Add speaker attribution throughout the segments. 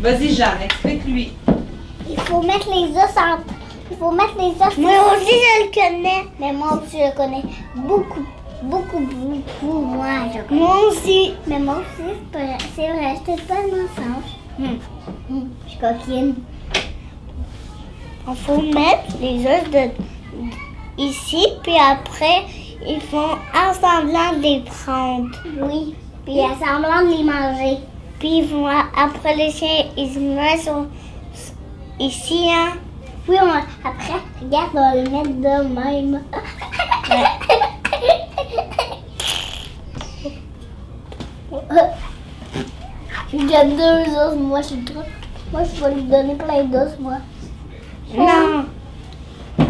Speaker 1: Vas-y, Jeanne, explique-lui.
Speaker 2: Il faut mettre les os en... Il faut mettre les os... Moi aussi, je le connais. Mais moi aussi, je le connais. Beaucoup, beaucoup, beaucoup, moi, je connais. Moi aussi. Mais moi aussi, c'est vrai, c'est vrai, je te donne mon sens. Hum, Je suis coquine. Il faut mettre les os de... ici, puis après, ils font en semblant de les prendre. Oui, puis en semblant de les manger. Puis ils vont a- après les chiens, ils se mettent sur- s- ici, hein. Oui, on- après, regarde, on va le mettre de même. Je lui donne deux os, moi, je suis trop... Moi, je vais lui donner plein d'os, moi. Non.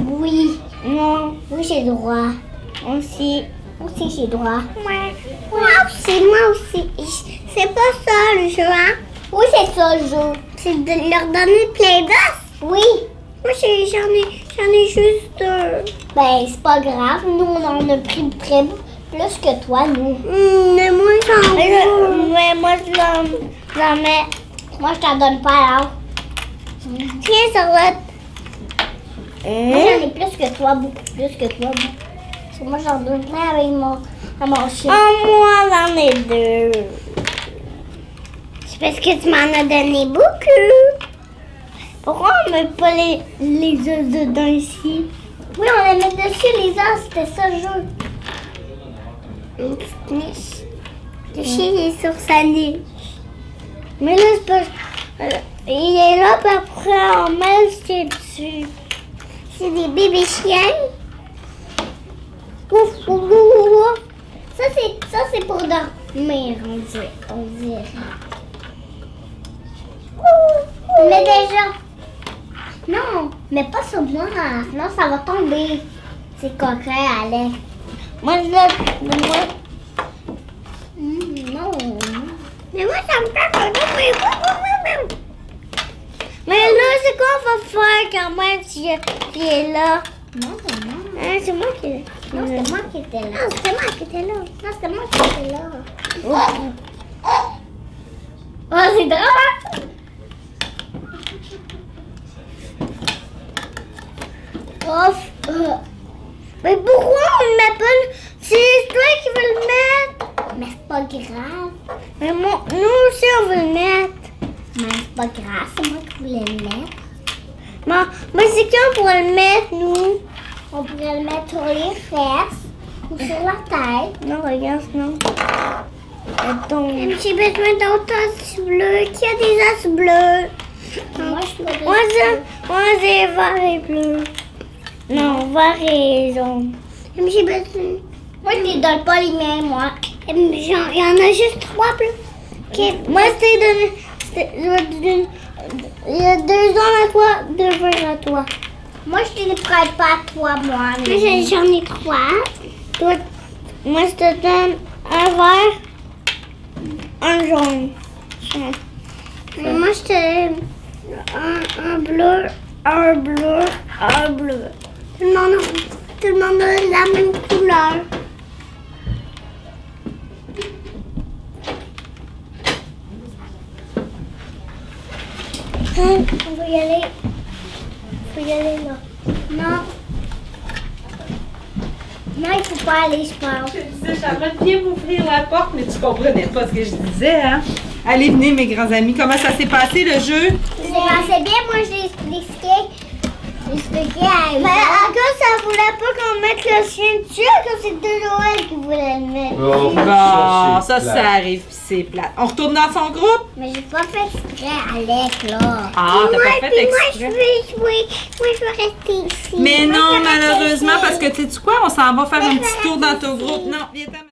Speaker 2: Oui. Non. Oui, j'ai droit. Aussi. Aussi, j'ai droit. Moi aussi, moi aussi. C'est pas ça le jeu, hein? Oui, c'est ça le jeu. C'est de leur donner plein d'os? Oui. Moi, j'ai- j'en ai, j'en ai juste deux. Ben, c'est pas grave. Nous, on en a pris très plus que toi, nous. Hmm, mais moi, j'en Mais Euh, moi, je l'en- j'en mets. Moi, je t'en donne pas, alors. Tiens, Charlotte. Moi, j'en ai plus que toi, beaucoup plus que toi. beaucoup. Parce que Moi, j'en donne plein avec mon, à mon chien. Ah, moi, j'en ai deux. C'est parce que tu m'en as donné beaucoup. Pourquoi on met pas les, les os dedans ici? Oui, on les met dessus, les os. C'était ça le jeu. Une petite niche. Le chien il est sur sa niche. Mais là, c'est pas... euh, Il est là, puis après, on met ce qui est dessus. C'est des bébés chiens. Ouf, ouf, ouf, ouf, ouf. Ça, c'est, ça, c'est pour dormir, on dirait. On dirait. Mais déjà. Non, mais pas sur moi, sinon ça va tomber. C'est concret, Alex. Moi, je le. Moi. Hmm, non. Mais moi, ça me fait un peu. Mais là, c'est quoi on va faire quand même si je- s'il est là? Non, non. c'est moi qui. Non, c'est moi qui étais là. Non, c'est moi qui étais là. Non, c'est moi qui étais là. Oh, c'est drôle! hein? Ouf. Euh. Mais pourquoi on le met pas? le- C'est toi qui veux le mettre! Mais c'est pas grave. Mais moi, nous aussi on veut le mettre. Mais c'est pas grave, c'est moi qui voulais le mettre. Mais, mais c'est qui on pourrait le mettre, nous? On pourrait le mettre sur les fesses ou sur la tête. Non, regarde, non. Attends. Un petit peu d'autres os bleus. Qui a des os bleus? Moi, je peux Moi, je- moi, j'ai vert et bleu. Non, vert et jaune. Un petit peu de- Moi, je ne donne pas les miens, moi. Il y en a juste trois bleus. Moi, je t'ai donné... c'est- je vais te donner- Il y a deux ans à toi, deux verres à toi. Moi, je ne prête pas à toi, moi. Moi, j'en ai trois. Toi, moi, je te donne un verre, un jaune. Moi, je te donne un, un bleu, un bleu, un bleu. Tout le monde, a- tout le monde a la même couleur. Hein, On va y aller. On va y aller là. Non. Non, il faut pas aller, je pense.
Speaker 1: Je disais, Charlotte, viens m'ouvrir la porte, mais tu comprenais pas ce que je disais, hein? Allez, venez, mes grands amis. Comment ça s'est passé, le jeu?
Speaker 2: C'est passé bien, moi je l'ai expliqué. J'ai expliqué à Mais encore, ça voulait pas qu'on mette le chien dessus, que c'est de Noël qui voulait le mettre.
Speaker 3: Bon,
Speaker 1: 呃 Bon, ça,
Speaker 3: c'est
Speaker 1: ça
Speaker 3: plat.
Speaker 1: arrive, puis c'est plate. On retourne dans son groupe?
Speaker 2: Mais j'ai pas fait exprès, Alex, là.
Speaker 1: Ah, t'as
Speaker 2: Moi,
Speaker 1: pas fait
Speaker 2: puis
Speaker 1: exprès.
Speaker 2: Moi, je veux jouer. Moi, je veux rester ici.
Speaker 1: Mais non,
Speaker 2: Moi, je veux rester
Speaker 1: malheureusement,
Speaker 2: ici.
Speaker 1: parce que tu sais quoi, on s'en va faire un petit tour dans ton groupe. Non, viens t'en-